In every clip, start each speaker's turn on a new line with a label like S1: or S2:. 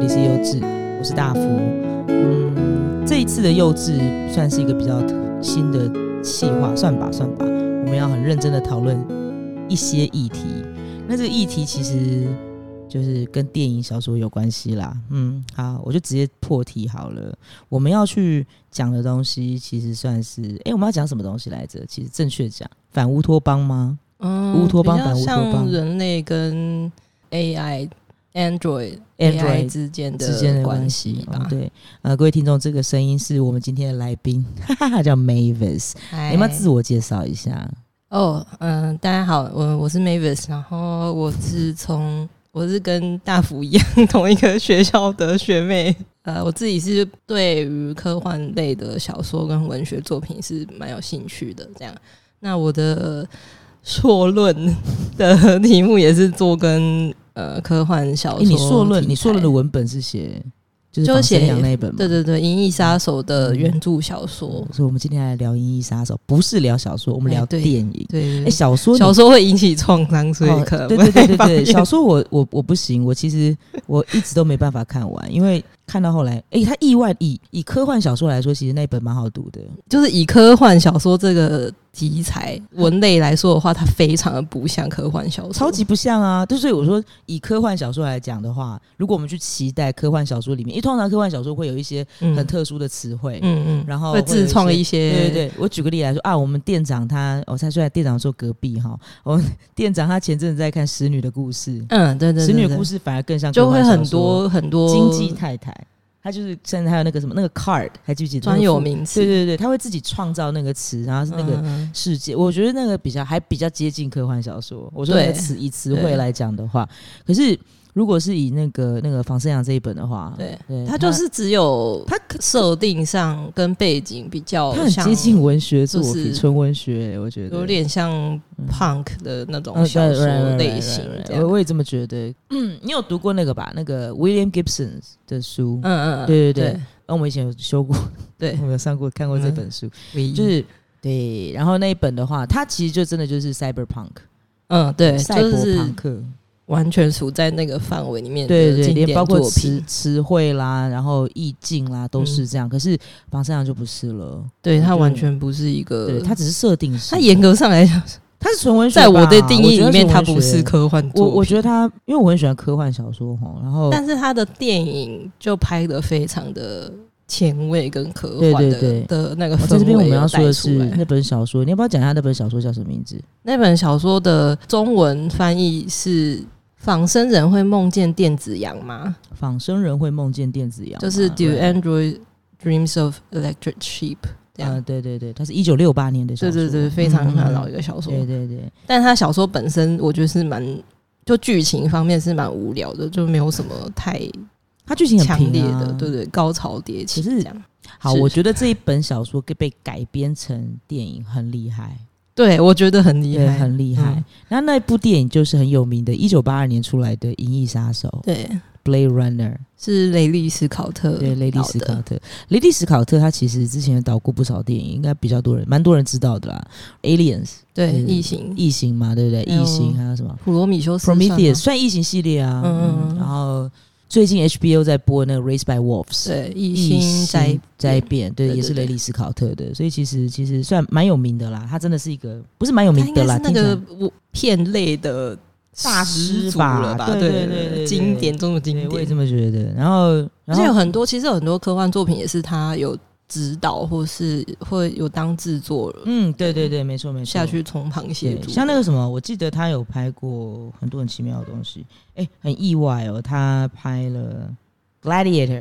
S1: 里是幼稚，我是大福。嗯，这一次的幼稚算是一个比较特新的企划，算吧算吧，我们要很认真的讨论一些议题。那这个议题其实就是跟电影、小说有关系啦。嗯，好，我就直接破题好了。我们要去讲的东西，其实算是，诶，我们要讲什么东西来着？其实正确讲，反乌托邦吗？
S2: 嗯，
S1: 乌托邦
S2: 比较
S1: 版乌托邦
S2: 像人类跟 AI、Android、
S1: Android
S2: AI 之间
S1: 之间的
S2: 关
S1: 系
S2: 吧
S1: 哦。对，呃，各位听众，这个声音是我们今天的来宾，哈哈哈，叫 Mavis，你
S2: 哎
S1: 要不要自我介绍一下？
S2: 哦，嗯、大家好，我我是 Mavis，然后我是从我是跟大福一样同一个学校的学妹。 呃，我自己是对于科幻类的小说跟文学作品是蛮有兴趣的，这样。那我的硕论的题目也是做跟呃科幻小
S1: 哎、
S2: 说题材、
S1: 你硕论，你硕论的文本是写就是
S2: 就
S1: 仿生
S2: 写
S1: 羊那一本吗？
S2: 对对对，《银翼杀手》的原著小说
S1: 哦。，所以我们今天来聊《银翼杀手》，不是聊小说，我们
S2: 哎
S1: 聊
S2: 对
S1: 电影。
S2: 对对
S1: 哎、
S2: 对
S1: 小说你
S2: 小说会引起创伤，所以
S1: 哦
S2: 可能
S1: 对
S2: 不
S1: 对对
S2: 太
S1: 对
S2: 方
S1: 对，
S2: 便
S1: 小说我我我不行，我其实我一直都没办法看完，因为看到后来，哎、它意外以以科幻小说来说，其实那一本蛮好读的，
S2: 就是以科幻小说这个题材文类来说的话，它非常的不像科幻小说，
S1: 超级不像啊！就所以我说，以科幻小说来讲的话，如果我们去期待科幻小说里面，因为通常科幻小说会有一些
S2: 嗯
S1: 很，特殊的词汇，
S2: 嗯嗯，
S1: 然后
S2: 会
S1: 有
S2: 自创
S1: 一
S2: 一
S1: 些。
S2: 些，
S1: 对对对，我举个例来说啊，我们店长他，我、哦、他虽然店长说隔壁哈，我、们店长他前阵子在看《使女的故事》
S2: 嗯对对，
S1: 使女
S2: 对
S1: 的故
S2: 对
S1: 事反而更像
S2: 就
S1: 科
S2: 会
S1: 幻小
S2: 很
S1: 说
S2: 多很多
S1: 经济太太，她就是甚至还有那个什么那个 card，还记不记得
S2: 专有？名词，
S1: 对对对，她会自己创造那个词，然后是那个
S2: 嗯
S1: 世界，我觉得那个比较还比较接近科幻小说。我说
S2: 对
S1: 以词 以词汇
S2: 对
S1: 来讲的话，可是如果是以那个那个仿生羊这一本的话，
S2: 对，
S1: 对，
S2: 它就是只有
S1: 它可
S2: 设定上跟背景比较
S1: 它很
S2: 像
S1: 接近文学作
S2: 就
S1: 品，
S2: 是
S1: 纯文学，我觉得
S2: 有点像 punk 的那种
S1: 嗯
S2: 小
S1: 对，right，
S2: 说
S1: right，
S2: 类
S1: right，
S2: 型
S1: right，right，
S2: 这样，
S1: 我也这么觉得。嗯，你有读过那个吧？那个 William Gibson 的书，那、
S2: 嗯嗯，
S1: 对对对
S2: 对
S1: 我们以前有修 过，
S2: 对
S1: 我们有上过看过这本书，
S2: 唯一
S1: 就是。对，然后那一本的话，它其实就真的就是 cyberpunk，
S2: 嗯对，
S1: 赛博
S2: 就是
S1: 朋克，
S2: 完全处在那个范围里面的
S1: 对对，
S2: 经
S1: 连
S2: 典
S1: 包括
S2: 作
S1: 词
S2: 品，嗯
S1: 词汇啦，然后意境啦，都是这样。可是房山羊就不是了，
S2: 对
S1: 就
S2: 它完全不是一个
S1: 对，，它只是设定是，
S2: 呃它严格上来讲，
S1: 它是纯文学吧，
S2: 在我的定
S1: 我
S2: 义
S1: 觉
S2: 里
S1: 得
S2: 面，
S1: 纯
S2: 它
S1: 文
S2: 不是
S1: 学
S2: 科幻作
S1: 我
S2: 品。
S1: 我觉得它，因为我很喜欢科幻小说哈，然后
S2: 但是它的电影就拍的非常的前卫跟科幻
S1: 对
S2: 的
S1: 对对
S2: 的那个
S1: 哦
S2: 氛围
S1: 在这边我们要
S2: 有带出来。
S1: 说的是那本小说，你要不要讲一下那本小说叫什么名字？
S2: 那本小说的中文翻译是。仿生人会梦见电子羊吗？
S1: 仿生人会梦见电子羊吗，
S2: 就是 Do
S1: 对
S2: Android Dreams of Electric Sheep 这样
S1: 呃，？对对对，它是一九六八年的小
S2: 对
S1: 说，
S2: 对对，非常非常老
S1: 嗯
S2: 一个小说。
S1: 对对对，
S2: 但他小说本身，我觉得是蛮就剧情方面是蛮无聊的，就没有什么太
S1: 它剧情很
S2: 强
S1: 平
S2: 烈
S1: 啊
S2: 的，对对，高潮迭起
S1: 可是
S2: 这样。
S1: 好，
S2: 是
S1: 我觉得这一本小说给被改编成电影很厉害，
S2: 对，我觉得很厉
S1: 对
S2: 害，
S1: 很厉害
S2: 嗯。
S1: 那、那部电影就是很有名的，一九八二年出来的《银翼杀手
S2: 对，》
S1: （Blade Runner），
S2: 是雷利斯考特
S1: 对，雷利
S2: 导
S1: 斯考
S2: 嗯的，
S1: 特。雷利斯考特他其实之前导过不少电影，应该比较多人，蛮多人知道的啦，《Aliens》
S2: 对
S1: 对
S2: 异形，哎
S1: 异形嘛，对不对？
S2: 还有
S1: 异形还有什么
S2: 普罗米修斯算吗
S1: ？Prometheus 算异形系列啊，
S2: 嗯嗯
S1: 嗯，
S2: 嗯
S1: 然后最近 HBO 在播那个《Race by Wolves》，
S2: 对
S1: 异
S2: 异星灾
S1: 灾
S2: 变
S1: 变，对，
S2: 对
S1: 也是
S2: 对
S1: 雷
S2: 对
S1: 利斯考特的，所以其实其实算蛮有名的啦。他真的是一个不是蛮有
S2: 他
S1: 名
S2: 应
S1: 的
S2: 该
S1: 啦，
S2: 是那
S1: 听起来
S2: 个我片类的
S1: 大师
S2: 始祖
S1: 吧
S2: 了
S1: 对
S2: 对
S1: 对对对对
S2: 经典中的经
S1: 对，我也
S2: 典
S1: 这。么觉得。然后，
S2: 而
S1: 然
S2: 且有
S1: 后
S2: 很多，其实有很多科幻作品也是他有指导，或是会有当制作
S1: 嗯，对对对，没错没错，
S2: 下去从旁协
S1: 对
S2: 助。
S1: 像那个什么，我记得他有拍过很多很奇妙的东西，哎，很意外哦，他拍了《Gladiator》。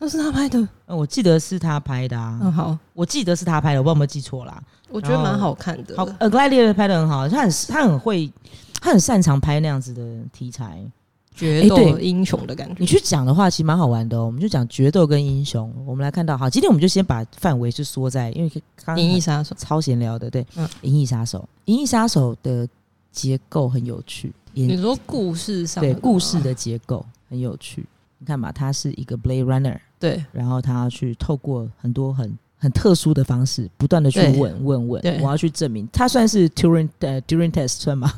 S2: 那是他拍的，
S1: 呃我记得是他拍的啊，
S2: 嗯，好，
S1: 我记得是他拍的，我不知道有没有记错啦。
S2: 我觉得蛮好看的。
S1: 好，呃，《Gladiator》拍的很好，他很他很会，他很擅长拍那样子的题材。
S2: 决
S1: 哎
S2: 斗
S1: 对
S2: 英雄的感觉
S1: 你。去讲的话，其实蛮好玩的、哦。我们就讲决斗跟英雄，我们来看到，好，今天我们就先把范围就缩在，因为刚
S2: 银翼
S1: 刚
S2: 杀手，
S1: 超闲聊的，对，
S2: 嗯
S1: 银翼杀手》《银翼杀手》的结构很有趣，
S2: 你
S1: 也
S2: 说故事上
S1: 对
S2: 吗
S1: 故事的结构很有趣。你看嘛，他是一个 Blade Runner，
S2: 对
S1: 然后他要去透过很多很很特殊的方式，不断的去
S2: 对
S1: 问问问
S2: 对，
S1: 我要去证明，他算是 Turing 呃 Turing test 算吗？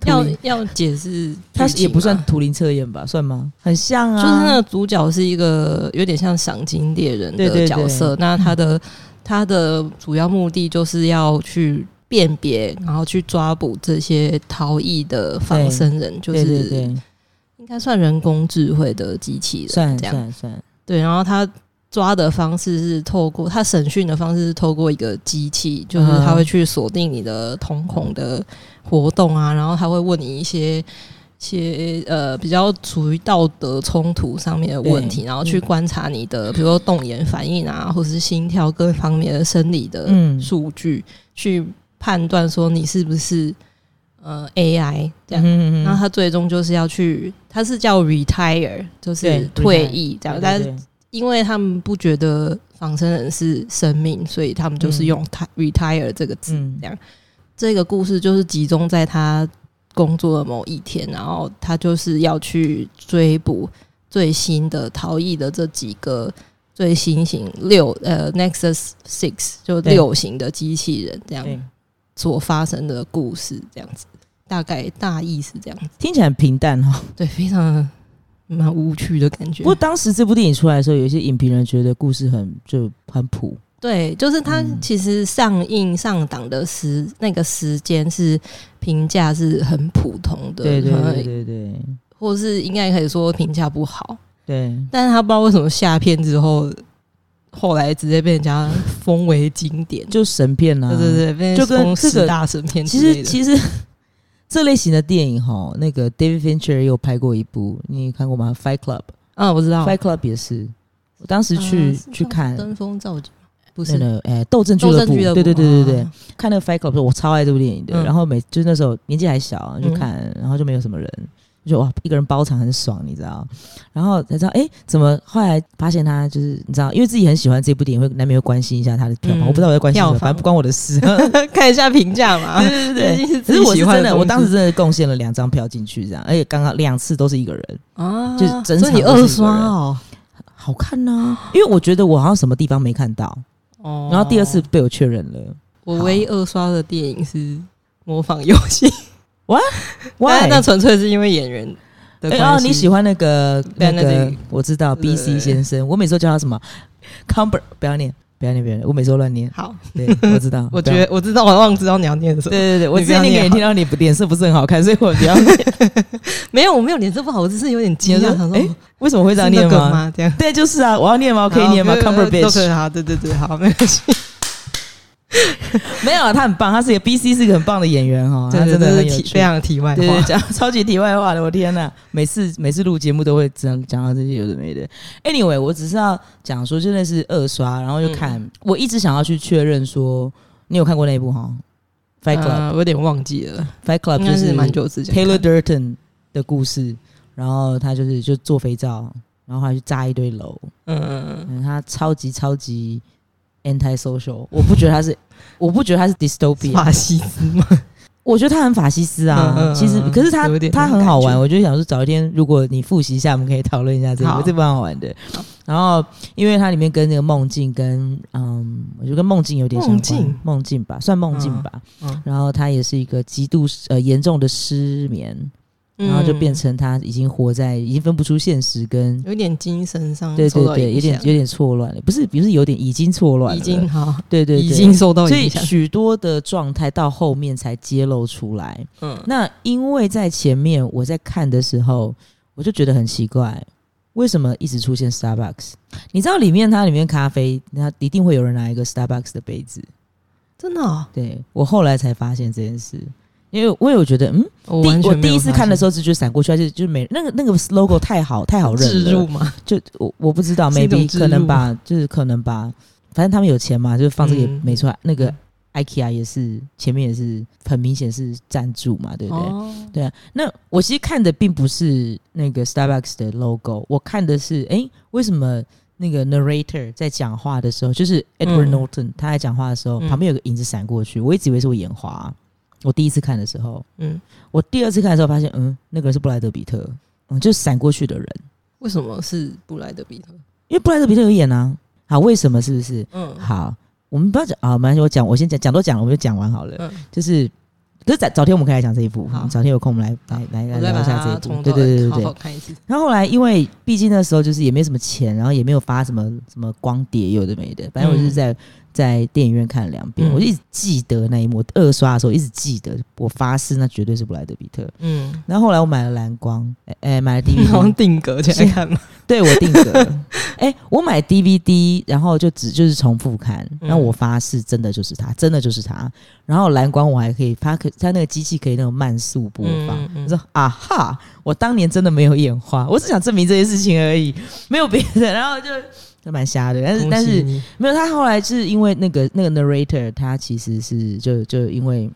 S1: 图
S2: 要
S1: 灵
S2: 要解释，
S1: 它也不算，图灵测验吧？算吗？很像啊，
S2: 就是那个主角是一个有点像赏金猎人
S1: 对嗯
S2: 的
S1: 对对
S2: 角色，那他的他的主要目的就是要去。辨别，然后去抓捕这些逃逸的仿生人，就
S1: 对对
S2: 是
S1: 对，
S2: 应该算人工智慧的机器人
S1: 算
S2: 这样。
S1: 算算，
S2: 对，然后他抓的方式是透过他审讯的方式是透过一个机器，就是
S1: 嗯
S2: 他会去锁定你的瞳孔的活动啊，然后他会问你一些一些呃比较处于道德冲突上面的问题，
S1: 对嗯
S2: 然后去观察你的、比如说动眼反应啊，或者是心跳各方面的生理的
S1: 嗯
S2: 呃数据，去判断说你是不是呃 AI 这样。
S1: 嗯
S2: 那他最终就是要去，他是叫 retire，就
S1: 对
S2: 是退
S1: retire，
S2: 役这样
S1: 对。
S2: 但
S1: 对
S2: 是因为他们不觉得仿生人是生命，所以他们就是用 ti- retire 这个字。
S1: 嗯
S2: 这样这个故事就是集中在他工作的某一天，然后他就是要去追捕最新的逃逸的这几个最新型六呃 Nexus Six 就
S1: 对
S2: 六型的机器人这样
S1: 对，
S2: 所发生的故事这样子。大概大意是这样子，
S1: 听起来很平淡哦。
S2: 对，非常蛮无趣的感觉。
S1: 不过当时这部电影出来的时候，有一些影评人觉得故事很就很普，
S2: 对，就是它
S1: 嗯
S2: 其实上映上档的时、那个时间是评价是很普通的，
S1: 对对
S2: 可能
S1: 对对对
S2: 或是应该可以说评价不好，
S1: 对，
S2: 但是他不知道为什么下片之后，后来直接被人家封为经典，
S1: 就神片啊，
S2: 对对对，被
S1: 就跟
S2: 封
S1: 这个
S2: 十大神片
S1: 其
S2: 之类
S1: 实
S2: 的，
S1: 其实这类型的电影哈，那个 David Fincher 也有拍过一部，你看过吗？Fight Club，Fight
S2: 嗯，我知道，
S1: Club 也是，我当时
S2: 呃
S1: 去、
S2: 是
S1: 去
S2: 叫
S1: 看。
S2: 登峰造极吗，不
S1: 那
S2: 是
S1: 个哎，斗争俱
S2: 斗
S1: 乐
S2: 争
S1: 部，
S2: 俱乐部，
S1: 对对对对对
S2: 啊，，
S1: 看那个 Fight Club 的时候，我超爱这部电影的。
S2: 嗯
S1: 然后每就是那时候年纪还小啊，就
S2: 嗯
S1: 看，然后就没有什么人，就觉得哇，一个人包场很爽，你知道？然后才知道，哎，怎么后来发现他就是你知道，因为自己很喜欢这部电影，会难免会关心一下他的票房。
S2: 嗯
S1: 我不知道我在关心什么，
S2: 票房
S1: 反正不关我的事。
S2: 看一下评价嘛，
S1: 对对
S2: 毕竟是
S1: 可
S2: 自
S1: 是
S2: 己
S1: 我是
S2: 喜欢
S1: 真的，
S2: 东
S1: 我当时
S2: 西
S1: 真的贡献了两张票进去，这样，而且刚刚两次都是一个人，
S2: 啊，
S1: 就是整
S2: 所以你
S1: 场都是
S2: 二
S1: 一个
S2: 刷
S1: 人
S2: 哦。
S1: 好看呐、因为我觉得我好像什么地方没看到，
S2: 哦
S1: 然后第二次，被我确认了。
S2: 我唯一二刷的电影是《模仿游戏》，
S1: 哇，
S2: 但那纯粹是因为演员的
S1: 哎
S2: 关系。
S1: 哦，你喜欢那个那个
S2: Benedict，
S1: 我知道
S2: 对对
S1: B
S2: 对
S1: C 先生，我每次都叫他什么 Cumber，不要念，不要念，不要念，我每次都乱念。
S2: 好？
S1: 对，我知道，
S2: 我
S1: 不
S2: 觉
S1: 要
S2: 得我知道，我忘知道你要念什
S1: 对
S2: 么。
S1: 对对，我
S2: 你
S1: 之
S2: 不要
S1: 前念给你
S2: 念啊好
S1: 听到你不脸色不是很好看，所以我 比较
S2: 没有，我没有脸色不好，我只是有点惊
S1: 你
S2: 讶，
S1: 说
S2: 想说
S1: 哎
S2: 是
S1: 为什么会这样
S2: 那
S1: 念
S2: 个
S1: 吗？
S2: 吗？这样
S1: 对，就是啊，我要念吗？我可以
S2: 好
S1: 念吗
S2: 没有呃都可以。
S1: ？Cumberbatch
S2: 好，对对对，好， 没关系。
S1: 没有，他很棒，他是一个 B C 是一个很棒的演员哈，
S2: 对
S1: 他
S2: 对
S1: 真
S2: 对
S1: 的
S2: 这
S1: 很
S2: 是
S1: 有
S2: 题
S1: 趣
S2: 非。常题外
S1: 对对，
S2: 话。呃
S1: 讲超级题外话的，我天呐，每次每次录节目都会这样讲到这些有的没的。Anyway，我只是要讲说，真的是二刷，然后
S2: 嗯
S1: 就看。我一直想要去确认说，你有看过那一部哈？Fight
S2: 呃
S1: Club，Fight、
S2: 我有点忘记了，
S1: Club
S2: 应
S1: 就
S2: 该是蛮久之前看
S1: Taylor
S2: 的。
S1: Durton 的故事，然后他就是就做肥皂，然后还去炸一堆楼，
S2: 嗯嗯，
S1: 嗯，他超级超级 anti social，我不觉得他是，我不觉得他是 dystopia，
S2: 嗯法西斯 吗？
S1: 我觉得他很法西斯啊，
S2: 嗯嗯嗯
S1: 其实
S2: 嗯
S1: 可是他
S2: 有点
S1: 他
S2: 那种
S1: 很好
S2: 感
S1: 玩，
S2: 觉
S1: 我就想说早一天如果你复习一下，我们可以讨论一下这
S2: 好
S1: 个，这蛮好玩的
S2: 好。
S1: 然后因为它里面跟那个梦境跟嗯，我觉得跟梦境有点相
S2: 梦
S1: 关
S2: 境，
S1: 梦境吧，算梦境吧。
S2: 嗯
S1: 然后他也是一个极度呃严重的失眠，
S2: 嗯
S1: 然后就变成他已经活在已经分不出现实跟。
S2: 有点精神上
S1: 对对
S2: 受到
S1: 对，
S2: 影
S1: 有点
S2: 响
S1: 有点错乱了，不是，不是有点已经错乱了，
S2: 已经好，
S1: 对对对，
S2: 已经受到
S1: 所以
S2: 影响。
S1: 许多的状态到后面才揭露出来，
S2: 嗯，
S1: 那因为在前面我在看的时候，我就觉得很奇怪，为什么一直出现 Starbucks？你知道里面它里面咖啡，那一定会有人拿一个 Starbucks 的杯子。
S2: 真的哦、
S1: 对我后来才发现这件事，因为我有觉得，嗯，
S2: 我
S1: 第
S2: 完全
S1: 我第一次看的时
S2: 候
S1: 候就觉得闪过去，而且就是没那个那个 logo 太好太好认
S2: 置入
S1: 了，
S2: 嘛，
S1: 就我我不知道
S2: 是一种
S1: ，maybe
S2: 植入
S1: 可能吧，就是可能吧，反正他们有钱嘛，就是放这个也
S2: 嗯
S1: 没错。啊那个 IKEA 也是前面也是很明显是赞助嘛，对不对？
S2: 哦，
S1: 对啊，那我其实看的并不是那个 Starbucks 的 logo，我看的是，诶，为什么那个 narrator 在讲话的时候，就是 Edward
S2: 嗯
S1: Norton 他在讲话的时候，
S2: 嗯
S1: 旁边有个影子闪过去，我一直以为是我眼花、我第一次看的时候，
S2: 嗯，
S1: 我第二次看的时候发现，嗯，那个人是布莱德比特，嗯，就是闪过去的人，
S2: 为什么是布莱德比特？
S1: 因为布莱德比特有演啊。好，为什么？是不是？
S2: 嗯
S1: 好，我们不要讲啊，没关系，我讲，我先讲，讲都讲了，我们就讲完好了。
S2: 嗯
S1: 就是可是早早天我们可以来讲这一部
S2: 好，
S1: 早天有空我们来来来来
S2: 我再
S1: 聊
S2: 把
S1: 一下这
S2: 它
S1: 一部。
S2: 从
S1: 对
S2: 头
S1: 对对对
S2: 好
S1: 对
S2: 好。看一次。
S1: 然后后来，因为毕竟那时候就是也没有什么钱，然后也没有发什么什么光碟，有的没的。反正我就是在、在电影院看了两遍，
S2: 嗯
S1: 我就一直记得那一幕。我二刷的时候一直记得，我发誓那绝对是布莱德比特。
S2: 嗯，
S1: 然后后来我买了蓝光，哎、哎买了 DVD，
S2: 然后定格起来看嘛。
S1: 对我定格 了。哎、我买 DVD，然后就只就是重复看，
S2: 嗯
S1: 然后我发誓真的就是它，真的就是它。然后蓝光我还可以，它可它那个机器可以那种慢速播放。
S2: 嗯 嗯
S1: 我说啊哈，我当年真的没有眼花，我只想证明这件事情而已，没有别的。然后就。就蛮瞎的，但是但是没有他后来是因为那个那个 narrator 他其实是就就因为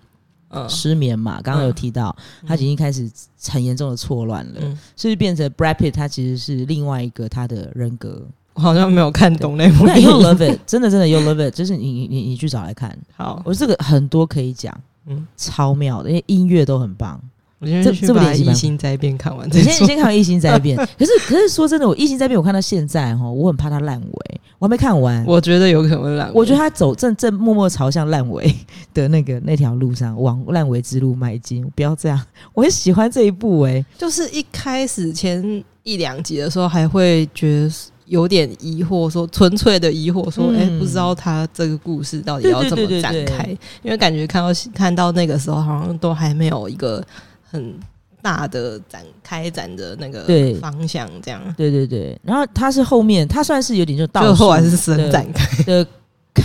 S2: 嗯
S1: 失眠嘛，刚刚有提到、他已经开始很严重的错乱了，
S2: 嗯，
S1: 所以变成 Brad Pitt 他其实是另外一个他的人 格。
S2: 我好像没有看懂那部
S1: 那
S2: 电
S1: You
S2: 影。
S1: Love It，真的真的 You Love It，就是你你你你去找来看，
S2: 好，
S1: 我这个很多可以讲，
S2: 嗯，
S1: 超妙的，因为音乐都很棒。
S2: 我先
S1: 这
S2: 去
S1: 这部
S2: 把
S1: 电影
S2: 《
S1: 吧
S2: 异星灾变》看完
S1: 你
S2: 再
S1: 先你
S2: 说。
S1: 先看完《异星灾 变》，可是可是说真的，我《异星灾变》我看到现在哈，我很怕它烂尾，我还没看完。
S2: 我觉得有可能会烂尾，
S1: 我觉得他走正正默默朝向烂尾的那个那条路上，往烂尾之路迈进。不要这样，我很喜欢这一部哎、
S2: 就是一开始前一两集的时候，还会觉得有点疑惑，说纯粹的疑惑，说
S1: 嗯
S2: 哎、诶不知道他这个故事到底要
S1: 对
S2: 怎
S1: 对对
S2: 么展
S1: 对对
S2: 开，因为感觉看到看到那个时候，好像都还没有一个很大的展开展的那个
S1: 对
S2: 方向，这样
S1: 对对对，然后他是后面，他算是有点就倒
S2: 就
S1: 数
S2: 后来是神展开，
S1: 的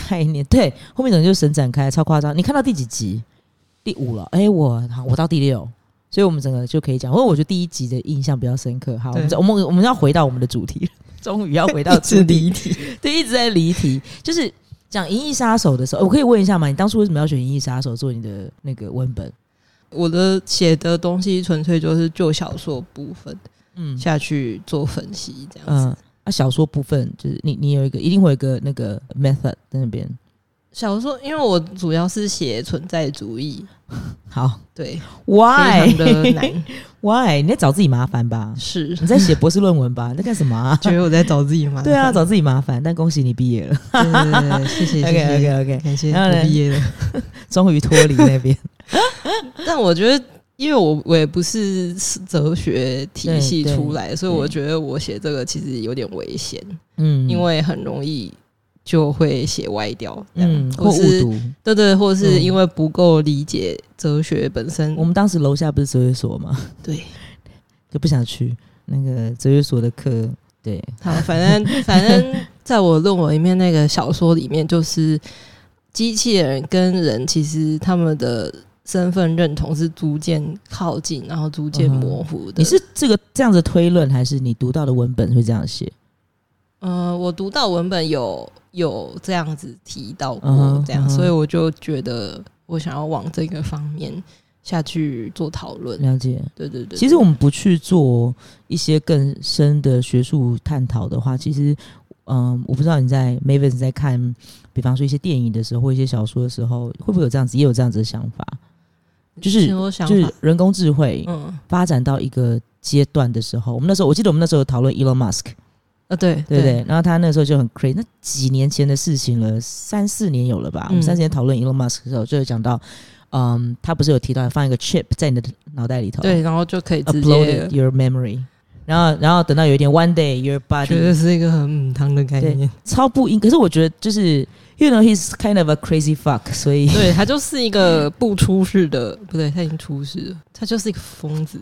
S1: 概念。对，后面整个就神展开，超夸张。你看到第几集？第五了。哎、我好，我到第六，所以我们整个就可以讲。因为我觉得第一集的印象比较深刻。好，我们
S2: 对
S1: 我们我们要回到我们的主题， 终于要回 到
S2: 一
S1: 主
S2: 直
S1: 题，
S2: 离题。
S1: 对，一直在离题，就是。讲《银翼杀手》的时候，我可以问一下吗？你当初为什么要选《银翼杀手》做你的那个文本？
S2: 我的写的东西纯粹就是就小说部分
S1: 嗯
S2: 下去做分析，这样子。
S1: 嗯，呃那、小说部分就是你你有一个一定会有一个那个 method 在那边。
S2: 小说，因为我主要是写存在主义，
S1: 好
S2: 对，
S1: ，why
S2: 非常的难，
S1: why 你在找自己麻烦吧？
S2: 是
S1: 你在写博士论文吧？你在干什么、啊？
S2: 觉得我在找自己吗？
S1: 对啊，找自己麻烦。但恭喜你毕 业了。
S2: 对，对对对谢谢谢
S1: OK
S2: 谢，
S1: OK OK，
S2: 感谢
S1: 然后呢
S2: 我毕业了。
S1: 终于脱离那边。
S2: 但我觉得，因为我我也不是哲学体系
S1: 对对
S2: 出来，所以
S1: 对
S2: 我觉得我写这个其实有点危险，
S1: 嗯
S2: 因为很容易就会写歪掉，嗯
S1: 嗯，，或
S2: 或
S1: 误
S2: 是
S1: 读。
S2: 对对，或是
S1: 嗯
S2: 因为不够理解哲学本身
S1: 我，们当时楼下不是哲学所吗？
S2: 对，
S1: 就不想去那个哲学所的课。对，
S2: 好，反正 反正在我论文里面那个小说里面，就是机器人跟人其实他们的身份认同是逐渐靠近，然后逐渐模糊的。
S1: 嗯你是这个这样子推论，还是你读到的文本会这样写？
S2: 呃，我读到文本有有这样子提到
S1: 嗯
S2: 过
S1: 哼，
S2: 这样
S1: 嗯哼
S2: 所以我就觉得我想要往这个方面下去做讨论。
S1: 了解。
S2: 对对对，
S1: 其实我们不去做一些更深的学术探讨的话，其实，嗯，我不知道你在 Mavis 在看，比方说一些电影的时候，或一些小说的时候，会不会有这样子，也有这样子的想法？就是
S2: 我想
S1: 就
S2: 法
S1: 是，人工智慧
S2: 嗯，
S1: 发展到一个阶段的时候，我们那时候我记得我们那时候有讨论 Elon Musk，
S2: 呃，对
S1: 对不对？然后他那时候就很 crazy，那几年前的事情了，三四年有了吧？我们
S2: 嗯
S1: 三四年讨论 Elon Musk 的时候，就有讲到，嗯，他不是有提到放一个 chip 在你的脑袋里头，
S2: 对，然后就可以直接
S1: uploaded your memory，然后然后等到有一天 one day your
S2: 觉得
S1: body
S2: 是一个很母汤的概
S1: 对
S2: 念。
S1: 超不应，可是我觉得就是 you know he's kind of a crazy fuck，所以
S2: 对他就是一个不出世的，不对，他已经出世了，他就是一个疯子。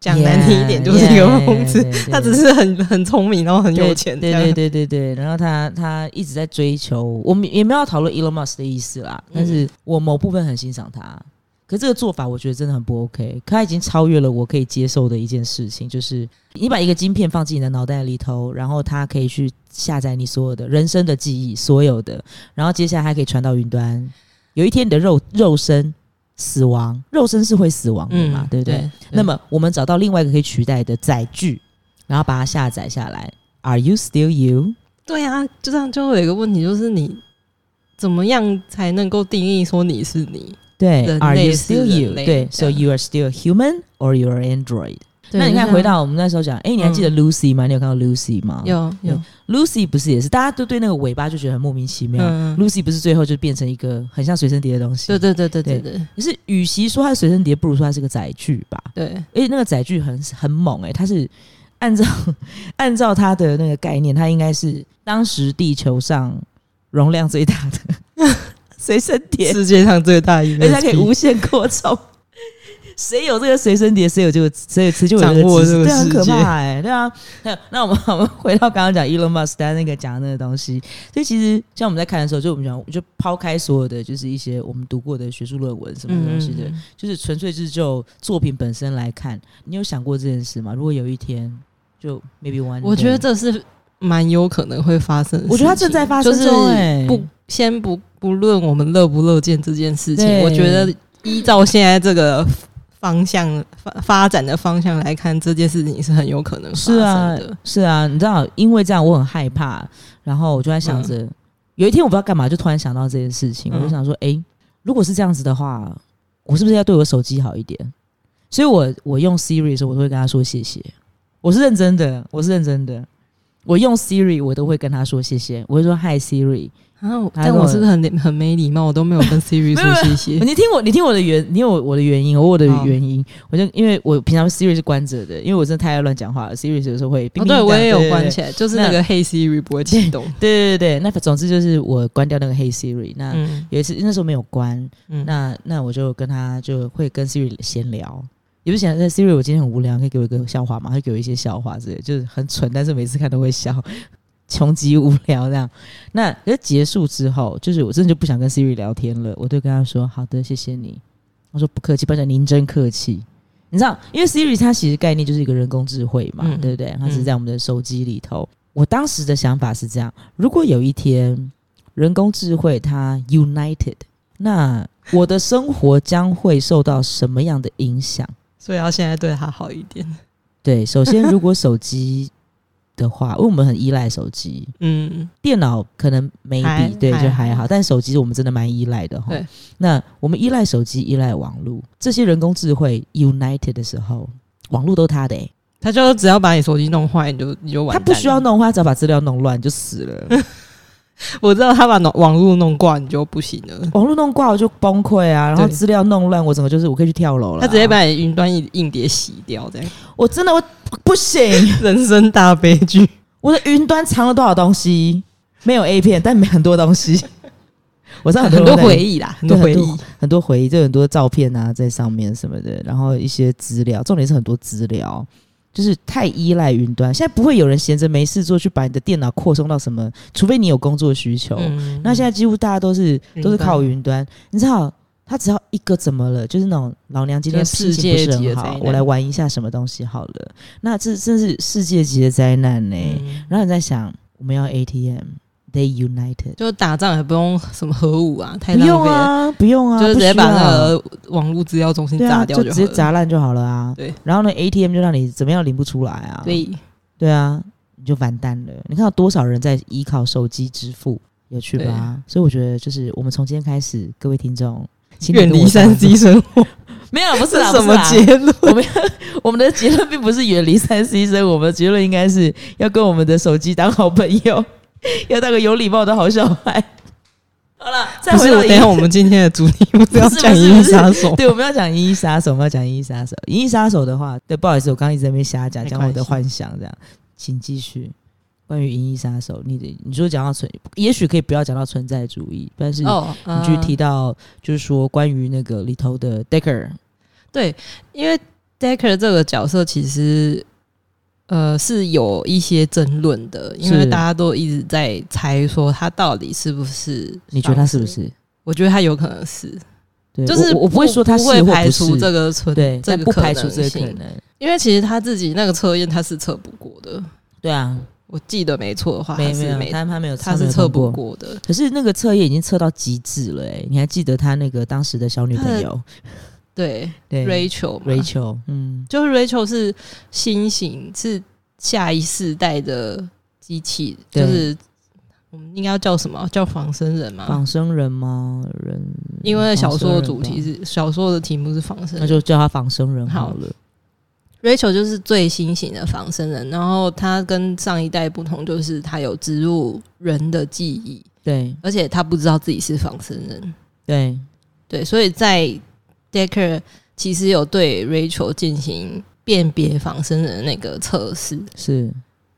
S2: 讲难听一点，就是一个疯子。 他只
S1: 是。
S2: 是很很聪明，然后很
S1: 对
S2: 有钱，
S1: 对对对对对，然后他他一直在追求，我们也没有要讨论 Elon Musk 的意思啦，但是我某部分很欣赏他，可这个做法我觉得真的很不 OK，可他已经超越了我可以接受的一件事情，就是你把一个晶片放进你的脑袋里头，然后它可以去下载你所有的人生的记忆，所有的，然后接下来还可以传到云端，有一天你的肉肉身死亡，肉身是会死亡的
S2: 嗯
S1: 嘛，对不对？那么我们找到另外一个可以取代的载具，然后把它下载下来。Are you still you？
S2: 对啊，就这样就会有一个问题，就是你怎么样才能够定义说你是你？
S1: 对
S2: 人类
S1: ，Are you
S2: 是
S1: still
S2: 人
S1: you？
S2: 类
S1: 对
S2: 这
S1: ，So
S2: 样
S1: you are still human or you are android？
S2: 对
S1: 那你
S2: 就
S1: 看，
S2: 像
S1: 回到我们那时候讲，哎，你还记得 Lucy 吗？你有看到 Lucy 吗？
S2: 有有
S1: Lucy 不是也是，大家都对那个尾巴就觉得很莫名其妙。
S2: 嗯
S1: Lucy 不是最后就变成一个很像随身碟的东西？
S2: 对对对对对对
S1: 可是，与其说它是随身碟，不如说它是个载具吧。
S2: 对，
S1: 而且那个载具很很猛诶、它是按照 按照它的那个概念，它应该是当时地球上容量最大的 随身碟，
S2: 世界上最大一
S1: 而且
S2: 个，
S1: 它可以无限扩充。谁有这个随身碟，谁有这个，谁有谁就有这
S2: 掌握
S1: 个知识，
S2: 这个
S1: 对啊，很
S2: 世
S1: 可
S2: 界
S1: 怕哎、对啊。那那我们我们回到刚刚讲 Elon Musk 他那个讲的那个东西，所以其实像我们在看的时候，就我们讲就抛开所有的就是一些我们读过的学术论文什么东西的，
S2: 嗯
S1: 就是纯粹是就作品本身来看，你有想过这件事吗？如果有一天，就 maybe one，
S2: 我觉得
S1: day
S2: 这是蛮有可能会发生的事哎情。
S1: 我觉得它正在发生
S2: 就是
S1: 中欸
S2: 不先不不论我们乐不乐见这件事情，
S1: 对
S2: 我觉得依照现在这个方向发发展的方向来看，这件事情是很有可能发
S1: 是
S2: 生
S1: 啊
S2: 的。，
S1: 是啊，你知道，因为这样我很害怕，然后我就在想着，有一天我不知道干嘛，就突然想到这件事情，
S2: 嗯
S1: 我就想说，诶，如果是这样子的话，我是不是要对我手机好一点？所以我我用 Siri 的时候，我都会跟他说谢谢，我是认真的，我是认真的。我用 Siri，我都会跟他说谢谢，我会说嗨 Siri，
S2: 然后、
S1: 还有
S2: 但
S1: 我
S2: 啊我是不是很很没礼貌？我都没有 跟 Siri
S1: 没有
S2: 说谢谢。
S1: 你听我，你听我的原，你有我的原因，我有我的
S2: 好
S1: 原因，我就因为我平常 Siri 是关着的，因为我真的太爱乱讲话了，Siri 有时候会
S2: 哦，
S1: 叮叮
S2: 对，
S1: 当
S2: 我也有
S1: 对
S2: 关
S1: 对
S2: 起来，就是那个黑 Siri 不会 启动。
S1: 对对对，那总之就是我关掉那个黑 Siri，那
S2: 嗯
S1: 有一次那时候没有关，
S2: 嗯，
S1: 那那我就跟他就会跟 Siri 闲聊，也不是想在 Siri 我今天很无聊，可以给我一个笑话嘛，会给我一些笑话之类的，就是很蠢，但是每次看都会笑， 穷极无聊这样。那可是结束之后，就是我真的就不想跟 Siri 聊天了，我就跟他说好的，谢谢你。他说不客气，班长您真客气。你知道，因为 Siri 它其实概念就是一个人工智慧嘛，
S2: 嗯
S1: 对不对？它是在我们的手机里头。我当时的想法是这样：如果有一天人工智慧它 united，那我的生活将会受到什么样的影响？
S2: 所以要现在对他好一点。
S1: 对，首先如果手机的话，因为我们很依赖手机，
S2: 嗯，
S1: 电脑可能
S2: 还
S1: maybe 对
S2: 还嗯
S1: 就还好，但手机我们真的蛮依赖的哈
S2: 对。
S1: 那我们依赖手机、依赖网络，这些人工智慧 united 的时候，网络都他的、欸，
S2: 他就只要把你手机弄坏，你就你就完
S1: 他
S2: 蛋。
S1: 不需要，弄坏，他只要把资料弄乱就死了。
S2: 我知道他把网网络弄挂，你就不行了。
S1: 网络弄挂我就崩溃啊，然后
S2: 对
S1: 资料弄乱，我整个就是我可以去跳楼了啊。
S2: 他直接把你云端硬硬碟洗掉，这样
S1: 我真的我不行，
S2: 人生大悲剧。
S1: 我的云端藏了多少东西？没有 A 片，但很多东西。 我知道很
S2: 很
S1: 多人
S2: 多
S1: 在
S2: 回忆 啦，很多回
S1: 对
S2: 忆
S1: 很。很多回忆，就很多照片啊在上面什么的，然后一些资料，重点是很多资料，就是太依赖云端。现在不会有人闲着没事做去把你的电脑扩充到什么，除非你有工作需求。
S2: 嗯
S1: 哦那现在几乎大家都是
S2: 云端
S1: 都是靠云端，你知道。他只要一个怎么了，就是那种老娘今天
S2: 就是
S1: 心
S2: 世
S1: 情不
S2: 界
S1: 是很
S2: 级的灾
S1: 好，
S2: 难
S1: 我来玩一下什么东西好了。那这真是世界级的灾难呢、
S2: 嗯
S1: 然后你在想，我们要 ATM，They United，
S2: 就打仗也不用什么核武啊，太
S1: 不
S2: 浪
S1: 用
S2: 费了，
S1: 啊，不用啊，
S2: 就是直接把
S1: 不需要
S2: 那个网络资料中心
S1: 对
S2: 炸
S1: 啊，
S2: 掉
S1: 直
S2: 好了
S1: 接。砸烂就好了啊。
S2: 对，
S1: 然后呢，ATM 就让你怎么样领不出来啊？
S2: 所，以
S1: 对啊，你就完蛋了。你看到多少人在依靠手机支付，有趣吧？所以我觉得，就是我们从今天开始，各位听众，请你
S2: 远
S1: 跟我
S2: 离三 C 生活
S1: 没有，不是
S2: 这
S1: 啦
S2: 是什
S1: 不
S2: 么？
S1: 是啦啊
S2: 结论？
S1: 我们我们的结论并不是远离三 C 生活，我们的结论应该是要跟我们的手机当好朋友， 要当个有礼貌的好小孩。好了，再
S2: 不
S1: 回
S2: 是，我
S1: 到
S2: 等一下我们今天的主题不是要
S1: 不是
S2: 讲《
S1: 不是
S2: 银翼
S1: 不是
S2: 杀手》，
S1: 对，我们要讲《银翼杀手》，我们要讲《银翼杀手》。《银翼杀手》的话，对，不好意思，我刚刚一直在那边瞎讲，
S2: 没
S1: 讲我的
S2: 关系
S1: 幻想这样，请继续。关于《银翼杀手》，你的你说讲到存，也许可以不要讲到存在主义，但是
S2: 哦，
S1: 你去提到就是说关于那个里头的 Decker，
S2: 对，因为 Decker 这个角色其实呃是有一些争论的，因为
S1: 是
S2: 大家都一直在猜说他到底是不是，
S1: 你觉得他是不？是？
S2: 我觉得他有可能是，
S1: 对，
S2: 就是
S1: 我我我不会说他是
S2: 不
S1: 或
S2: 会
S1: 不
S2: 排除
S1: 是
S2: 这个存
S1: 对，
S2: 这
S1: 但
S2: 个
S1: 不
S2: 可
S1: 排除这个可
S2: 性
S1: 能。
S2: 因为其实他自己那个测验他是测不过的，
S1: 对啊，
S2: 我记得没错的话，
S1: 没
S2: 他
S1: 没
S2: 是
S1: 有，
S2: 没
S1: 他他没有，
S2: 他
S1: 没
S2: 是
S1: 有
S2: 测
S1: 通
S2: 不
S1: 过。
S2: 过的。
S1: 可是那个测验已经测到极致了、欸，哎，你还记得他那个当时的小女
S2: 他
S1: 朋
S2: 的
S1: 友
S2: 对
S1: 对
S2: Rachel 嘛
S1: Rachel，嗯，
S2: 就是 Rachel 是新型，是下一世代的机器，
S1: 对
S2: 就是我们应该要叫什么？叫仿生人嘛？
S1: 仿生人吗？人，
S2: 因为小说的主
S1: 仿生
S2: 题
S1: 人吧，
S2: 是小说的题目是仿生
S1: 那
S2: 人，
S1: 就叫他仿生人好了。
S2: Rachel 就是最新型的仿生人，然后他跟上一代不同，就是他有植入人的记忆，
S1: 对
S2: 而且他不知道自己是仿生人，
S1: 对，
S2: 对，所以在 Decker 其实有对 Rachel 进行辨别仿生人的那个测试，
S1: 是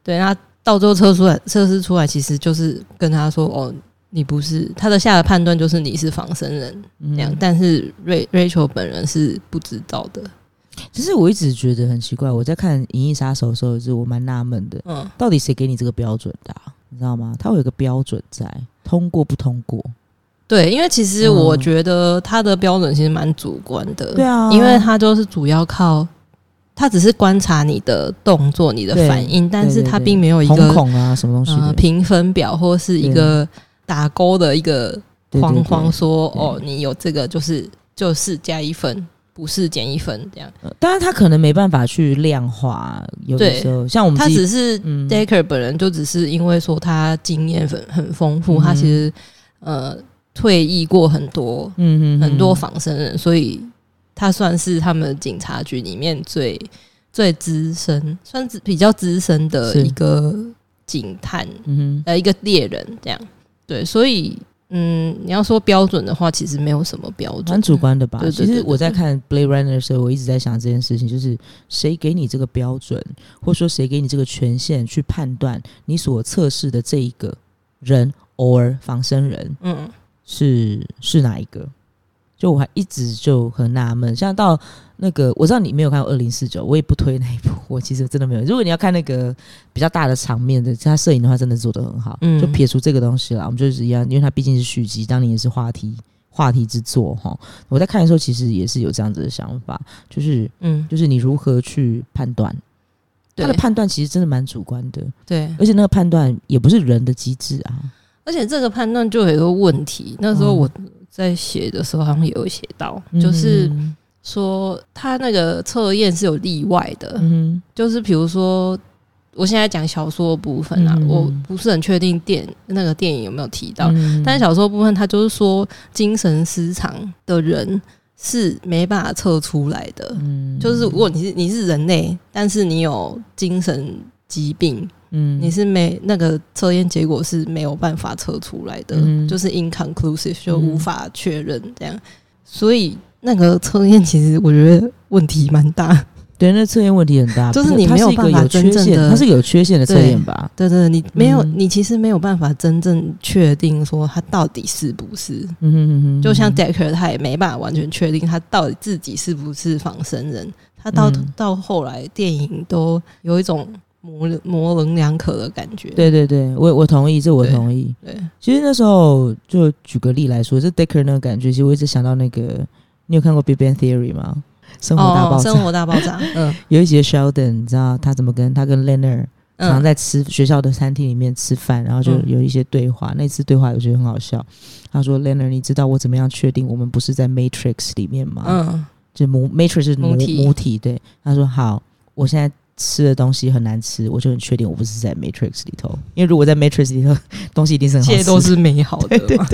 S2: 对，那到最后测出来测试出来，其实就是跟他说哦。你不是他的下的判断就是你是仿生人
S1: 嗯
S2: 那样，但是 Ra- Rachel 本人是不知道的。
S1: 其实我一直觉得很奇怪，我在看《银翼杀手》的时候，就是我蛮纳闷的，
S2: 嗯，
S1: 到底谁给你这个标准的啊、你知道吗？它会有一个标准在，通过不通过？
S2: 对，因为其实
S1: 嗯
S2: 我觉得他的标准其实蛮主观的，
S1: 对啊，
S2: 呃因为他就是主要靠他只是观察你的动作、你的
S1: 对
S2: 反应，但是
S1: 对对
S2: 他
S1: 对
S2: 并没有一
S1: 瞳
S2: 个
S1: 孔啊什么东西
S2: 呃
S1: 的，
S2: 评分表或是一个打勾的一个
S1: 对对
S2: 框
S1: 对
S2: 框说，
S1: 对
S2: 哦，你有这个就是就是加一分，不是减一分这样。
S1: 呃当然他可能没办法去量化，有的
S2: 对
S1: 时候像我们
S2: 他
S1: 自己，
S2: 只是
S1: 嗯
S2: Decker 本人就只是因为说他经验很很丰富，他
S1: 嗯
S2: 其实呃退役过很多
S1: 嗯嗯
S2: 很多仿生人，所以他算是他们警察局里面最最资深，算是比较资深的
S1: 是
S2: 一个警探，
S1: 嗯
S2: 呃，一个猎人这样。对，所以嗯，你要说标准的话，其实没有什么标
S1: 哼，蛮
S2: 准。
S1: 主观的吧？
S2: 对对对
S1: 其实我在看《Blade Runner》的时候，我一直在想这件事情，就是谁给你这个标准，或者说谁给你这个权限去判断你所测试的这一个人，偶尔仿生人，
S2: 嗯，
S1: 是是哪一个？就我还一直就很纳闷，像到那个我知道你没有看过《二零四九》，我也不推那一部， 我其实真的没有。如果你要看那个比较大的场面的，它摄影的话，真的做得很好。
S2: 嗯
S1: 就撇除这个东西啦，我们就是一样，因为它毕竟是续集，当年也是话题话题之作哈。我在看的时候，其实也是有这样子的想法，就是
S2: 嗯，
S1: 就是你如何去判断，
S2: 对
S1: 它的判断其实真的蛮主观的，
S2: 对，
S1: 而且那个判断也不是人的机制啊。
S2: 而且这个判断就有一个问题，那时候
S1: 嗯
S2: 我在写的时候好像也有写到，就是
S1: 嗯
S2: 说他那个测验是有例外的，
S1: 嗯
S2: 就是比如说，我现在讲小说的部分啊，
S1: 嗯
S2: 我不是很确定电那个电影有没有提到，
S1: 嗯
S2: 呃但是小说部分它就是说精神失常的人是没办法测出来的，
S1: 嗯
S2: 就是如果你是你是人类，但是你有精神疾病，
S1: 嗯
S2: 你是没那个测验结果是没有办法测出来的，
S1: 嗯
S2: 就是 inconclusive 就
S1: 嗯
S2: 无法确认这样，所以那个测验其实我觉得问题蛮大。
S1: 对，那测验问题很大，
S2: 就是
S1: 不过
S2: 你
S1: 它
S2: 没有
S1: 是一个
S2: 办法
S1: 有缺
S2: 真正
S1: 陷
S2: 的
S1: 它是有缺陷的测
S2: 对
S1: 验吧？
S2: 对对，你没有，
S1: 嗯
S2: 你其实没有办法真正确定说他到底是不是。
S1: 嗯哼哼哼，
S2: 就像 Decker，他也没办法完全确定他到底自己是不是仿生人。他到、
S1: 嗯
S2: 到后来，电影都有一种模模棱两可的感觉。
S1: 对对对，我我同意，这我
S2: 对
S1: 同意。
S2: 对，
S1: 其实那时候就举个例来说，这 Decker 那个感觉，其实我一直想到那个，你有看过《Big Bang Theory》吗？生活大
S2: 哦，
S1: 爆炸、
S2: 生活大爆 炸，嗯
S1: 有一集的 Sheldon，你知道他怎么跟他跟 Leonard 常常
S2: 嗯
S1: 在吃、学校的餐厅里面吃饭，然后就
S2: 嗯
S1: 有一些对话。那次对话我觉得很好笑。他说：“Leonard，你知道我怎么样确定我们不是在 Matrix 里面吗？”
S2: 嗯，
S1: 就母 matrix 是母
S2: 母体
S1: 母体对。他说好，我现在吃的东西很难吃，我就很确定我不是在 matrix 里头，因为如果在 matrix 里头，东西一定是很
S2: 一
S1: 好吃
S2: 切
S1: 的。
S2: 都 是美好的嘛。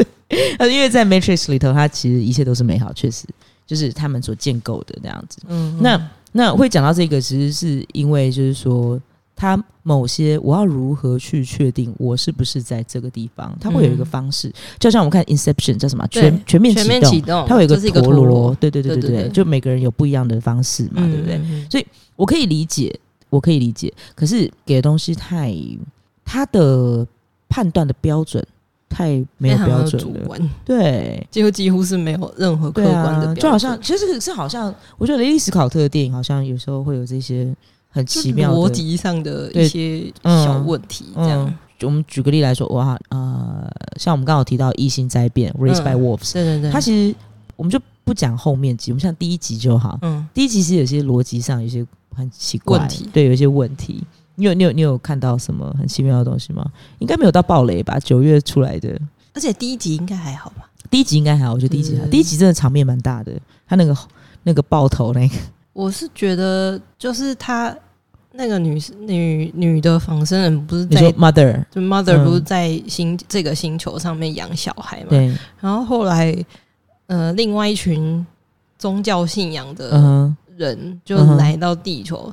S1: 呃，因为在 matrix 里头，它其实一切都是美好，确实就是他们所建构的那样子。
S2: 嗯，
S1: 那那会讲到这个，其实是因为就是说。他某些我要如何去确定我是不是在这个地方？它会有一个
S2: 嗯
S1: 方式，就像我们看《Inception》叫什么
S2: 对
S1: 全全面
S2: 全面启动，
S1: 它会有一个
S2: 这是一个
S1: 陀螺，，对对对
S2: 对
S1: 对
S2: 对
S1: 对，
S2: 对
S1: 就每个人有不一样的方式嘛，
S2: 嗯，
S1: 对不对？
S2: 嗯？
S1: 我可以理解，我可以理解，可是给的东西太，它的判断的标准太没有
S2: 非常
S1: 标
S2: 的
S1: 准
S2: 主
S1: 了，
S2: 观，
S1: 对。
S2: 就几乎是没有任何客
S1: 对
S2: 观的
S1: 啊
S2: 标准，，
S1: 就好像其实是好像，我觉得雷利斯考特的电影好像有时候会有这些很
S2: 就
S1: 奇妙的
S2: 逻。辑上的一些
S1: 嗯
S2: 小问题，这样
S1: 嗯。，我们举个例来说，哇，呃，像我们刚好提到《异星灾变》（Raised by
S2: 嗯
S1: Wolves），、
S2: 对对对，
S1: 它其实我们就不讲后面集，我们像第一集就好。
S2: 嗯，
S1: 第一集其实有些逻辑上有些很奇怪，
S2: 问题
S1: 对，有一些问题。你有你有你有看到什么很奇妙的东西吗？应该没有到暴雷吧？九月出来的
S2: 而且第一集应该还好吧？
S1: 第一集应该还好，我觉得第一集还好。
S2: 嗯
S1: 第一集真的场面蛮大的，他那个那个爆头那个，
S2: 我是觉得，就是她那个女女女的仿生人不是
S1: 你
S2: 在
S1: 说 mother
S2: 就 mother
S1: 嗯
S2: 不是在星、这个星球上面养小孩嘛？
S1: 对，
S2: 然后后来呃，另外一群宗教信仰的
S1: 嗯哼，
S2: 人就
S1: 嗯哼
S2: 来到地球，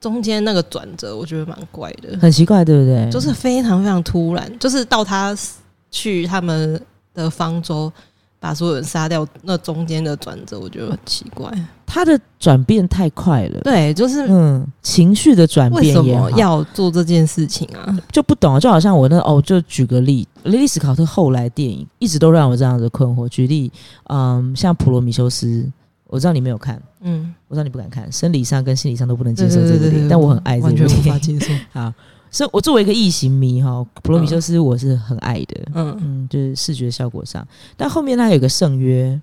S2: 中间那个转折，我觉得蛮怪的，
S1: 很奇怪，对不对？
S2: 就是非常非常突然，就是到他死去他们的方舟。把所有人杀掉，那中间的转折我觉得很奇怪。
S1: 他的转变太快了，
S2: 对，就是
S1: 嗯，情绪的转
S2: 为
S1: 变
S2: 什
S1: 也好
S2: 么要做这件事情啊？
S1: 就不懂，就好像我那哦，就举个例，莉莉史考特后来电影一直都让我这样子困惑。举例，嗯，像《普罗米修斯》，我知道你没有看，
S2: 嗯，
S1: 我知道你不敢看，生理上跟心理上都不能接
S2: 对
S1: 受
S2: 对
S1: 这
S2: 对
S1: 部
S2: 对
S1: 电影，
S2: 对，
S1: 但我很爱这部
S2: 完全
S1: 电
S2: 无法
S1: 影。
S2: 接受。
S1: 好，所以我作为一个异形迷哈，《普罗米修斯》我是很爱的，
S2: 嗯
S1: 嗯，就是视觉效果上。但后面它有个圣约，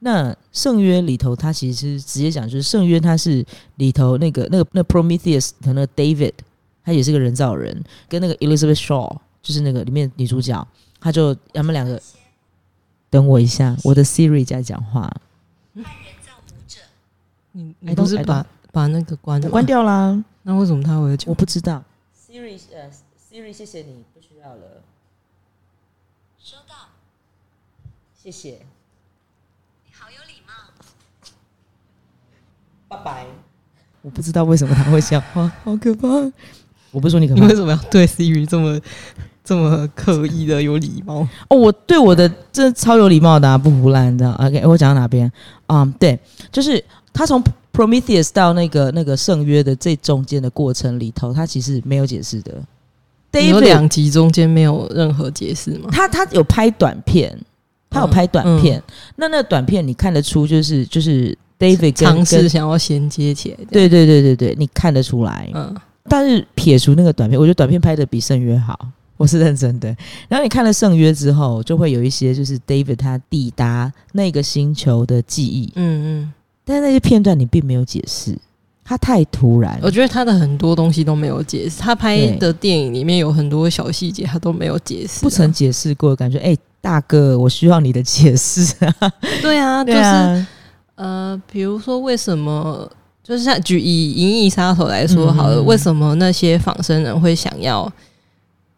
S1: 那圣约里头，它其实是直接讲，就是圣约它是里头那个那个那 Prometheus 和那个 David，他也是个人造人，跟那个 Elizabeth Shaw 就是那个里面女主角，他就他们两个。等我一下，我的 Siri 在讲话，
S2: 你
S1: 哎
S2: 你不是
S1: 懂哎
S2: 把把那个关了
S1: 关
S2: 吗？
S1: 掉啦。
S2: 那为什么他会
S1: 我
S2: 讲？
S1: 不知道。Siri，呃，Siri，谢谢你，不需要了。收到，谢谢。你好有礼貌。拜拜。我不知道为什么他会讲话，好可怕。 我不是说你可
S2: 你
S1: 怕
S2: 为什么要对 Siri 这么这么刻意的有礼貌？
S1: 哦，我对我的真的超有礼貌的、啊，不胡乱的。OK，我讲到哪边？啊、对，就是他从 Prometheus 到那个那个圣约的这中间的过程里头，他其实没有解释的。
S2: 你有
S1: David
S2: 两集中间没有任何解释吗？
S1: 他他有拍短片，他有
S2: 嗯
S1: 拍短片。那那短片你看得出、就是，就是 David 跟
S2: 尝试
S1: 跟
S2: 想要衔接起来的。
S1: 对对对对对，你看得出来。
S2: 嗯，
S1: 但是撇除那个短片，我觉得短片拍的比圣约好，我是认真的。然后你看了圣约之后，就会有一些就是 David 他抵达那个星球的记忆，
S2: 嗯嗯，
S1: 但是那些片段你并没有解释，他太突然。
S2: 嗯我觉得他的很多东西都没有解释，他拍
S1: 对
S2: 的电影里面有很多小细节，他都没有解释啊、
S1: 不曾解释过，感觉哎、大哥，我需要你的解释啊！
S2: 对啊，就
S1: 对
S2: 是、
S1: 啊，
S2: 呃，比如说为什么，就是像举以《银翼杀手》来说好了，
S1: 嗯
S2: 为什么那些仿生人会想要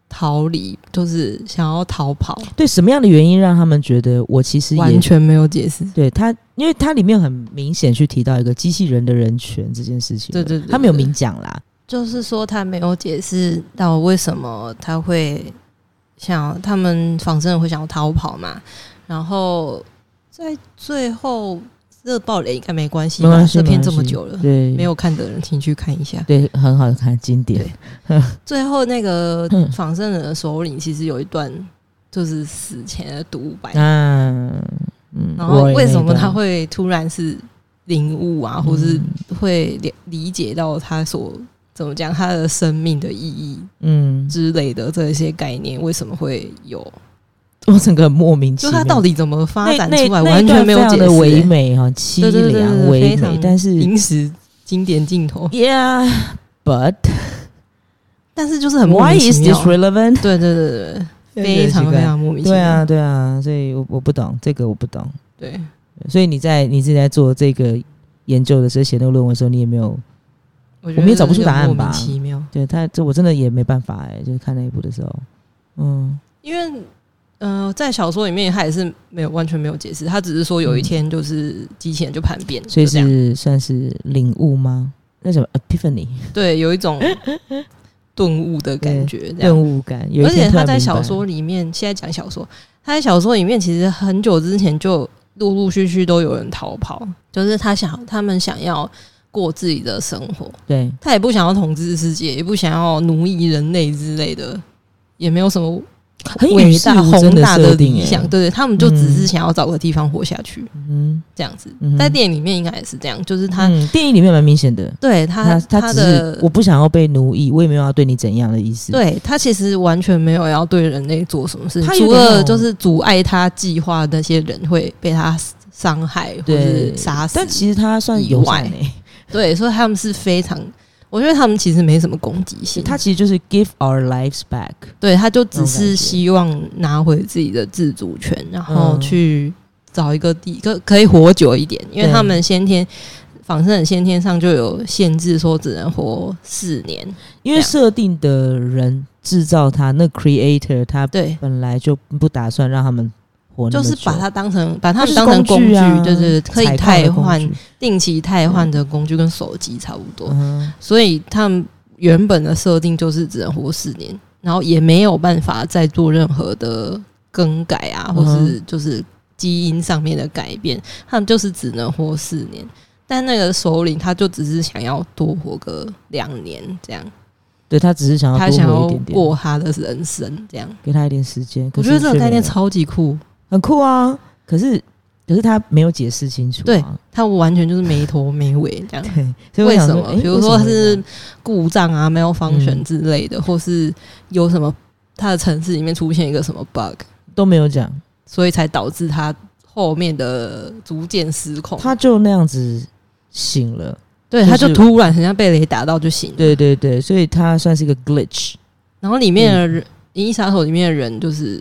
S2: 逃离，就是想要逃跑，
S1: 对什么样的原因让他们觉得我其实也
S2: 完全没有解释。
S1: 对他，因为他里面很明显去提到一个机器人的人权这件事情，
S2: 对对对
S1: 他没有
S2: 对
S1: 明讲啦，
S2: 就是说他没有解释到为什么他会想要他们仿生人会想要逃跑嘛，然后在最后这个爆雷应该没关系
S1: 没
S2: 吧，
S1: 关系，
S2: 这片
S1: 没关
S2: 这么
S1: 系嗯
S2: 久了，
S1: 对，
S2: 没有看的人请去看一下。
S1: 对，很好看，经典，
S2: 最后那个
S1: 嗯
S2: 仿生人的首领其实有一段就是死前的独白，
S1: 嗯嗯，
S2: 然后
S1: Roy
S2: 为什
S1: 那一
S2: 么他
S1: 段
S2: 会突然是领悟啊，或是
S1: 嗯
S2: 会理理解到他所怎么讲他的生命的意义
S1: 嗯，
S2: 之类的这些概念，为什么会有？
S1: 我整个莫名其
S2: 就
S1: 妙，
S2: 他到底怎么发
S1: 那
S2: 展
S1: 那
S2: 出来，
S1: 那一
S2: 完全
S1: 段
S2: 没有
S1: 非常
S2: 解释、
S1: 的唯
S2: 欸。
S1: 美哈，凄
S2: 对对对对
S1: 凉
S2: 对
S1: 唯
S2: 非
S1: 美，
S2: 常
S1: 但是
S2: 临时经典镜头，
S1: yeah，but
S2: 但是就是很莫
S1: why
S2: 名
S1: is
S2: 其
S1: this
S2: 妙。
S1: relevant？
S2: 对对对对对，非常非常莫名其妙。
S1: 对啊，对啊，所以我我不懂这个，我不懂。
S2: 对，
S1: 所以你在你自己在做这个研究的时候，写那个论文的时候，你也没有
S2: 我
S1: 我
S2: 觉得
S1: 们也找不出
S2: 有点
S1: 答案
S2: 莫
S1: 吧
S2: 名其妙。
S1: 对他，这我真的也没办法哎、就是看那一部的时候，嗯，
S2: 因为呃，在小说里面他也是没有完全没有解释，他只是说
S1: 嗯
S2: 有一天就是机器人就叛变，
S1: 所以
S2: 就这样
S1: 是算是领悟吗？那什么 epiphany
S2: 对有 一种顿悟的感觉这样。
S1: 任务感，有一
S2: 而且
S1: 天突
S2: 他
S1: 然
S2: 在
S1: 明白
S2: 小说里面，现在讲小说，他在小说里面其实很久之前就陆陆续续都有人逃跑，就是他想他们想要过自己的生活，
S1: 对
S2: 他也不想要统治世界，也不想要奴役人类之类的，也没有什么
S1: 很
S2: 伟
S1: 与世
S2: 大
S1: 无
S2: 宏
S1: 争
S2: 大
S1: 设定
S2: 理
S1: 哎
S2: 想，，对对，他们就只
S1: 嗯
S2: 是想要找个地方活下去，
S1: 嗯
S2: 这样子
S1: 嗯哼。
S2: 在电影里面应该也是这样，就是
S1: 哼，
S2: 他、
S1: 嗯电影里面蛮明显的，
S2: 对他
S1: 他他只
S2: 的
S1: 是我不想要被奴役，我也没有要对你怎样的意思，，
S2: 对他其实完全没有要对人类做什么事，
S1: 他
S2: 情，
S1: 有
S2: 除
S1: 点那
S2: 了
S1: 种
S2: 就是阻碍他计划的那些人会被他伤害或
S1: 对
S2: 是杀死
S1: 但。其实他算友善
S2: 意
S1: 哎、
S2: 对，所以他们是非常，我觉得他们其实没什么攻击性，
S1: 他其实就是 give our lives back，
S2: 对他就
S1: 那
S2: 只
S1: 种感觉
S2: 是希望拿回自己的自主权，然后
S1: 嗯
S2: 去找一个地可可以活久一点，因为
S1: 对
S2: 他们先天仿生人先天上就有限制，说只能活四年。
S1: 因为
S2: 这样
S1: 设定的人制造他那 creator 他
S2: 对
S1: 本来就不打算让他们活哦那
S2: 就
S1: 么久，
S2: 是把它当成把它
S1: 它
S2: 们
S1: 就是
S2: 当成工具，
S1: 啊，
S2: 对对对，可以
S1: 汰
S2: 汰换定期汰换的工具跟手机差不多，
S1: 嗯
S2: 所以他们原本的设定就是只能活四年，然后也没有办法再做任何的更改啊，
S1: 嗯
S2: 或
S1: 哼
S2: 是就是基因上面的改变，他们就是只能活四年。但那个首领他就只是想要多活个两年，这样
S1: 对他只是想
S2: 他
S1: 要
S2: 想
S1: 啊多
S2: 要
S1: 活一点点，
S2: 过他的人生，这样。
S1: 给他一点时间。可
S2: 我觉
S1: 是
S2: 得这
S1: 却
S2: 个概
S1: 没
S2: 念
S1: 有
S2: 超级酷，
S1: 很酷啊，可是可是他没有解释清楚、啊，
S2: 对他完全就是没头没尾这样。
S1: 对，所以我
S2: 为
S1: 想
S2: 什
S1: 说
S2: 么？
S1: 诶
S2: 比如
S1: 为什
S2: 说
S1: 么
S2: 它
S1: 会这
S2: 是
S1: 样
S2: 故障啊、没有方选
S1: 嗯
S2: 之类的，或是有什么它的城市里面出现一个什么 bug，
S1: 都没有讲，
S2: 所以才导致它后面的逐渐失控。
S1: 他就那样子醒了。
S2: 对，
S1: 就
S2: 它就是突然很像被雷打到就醒了。
S1: 对对对，所以他算是一个 glitch。
S2: 然后里面
S1: 嗯
S2: 的人，银翼杀手》里面的人就是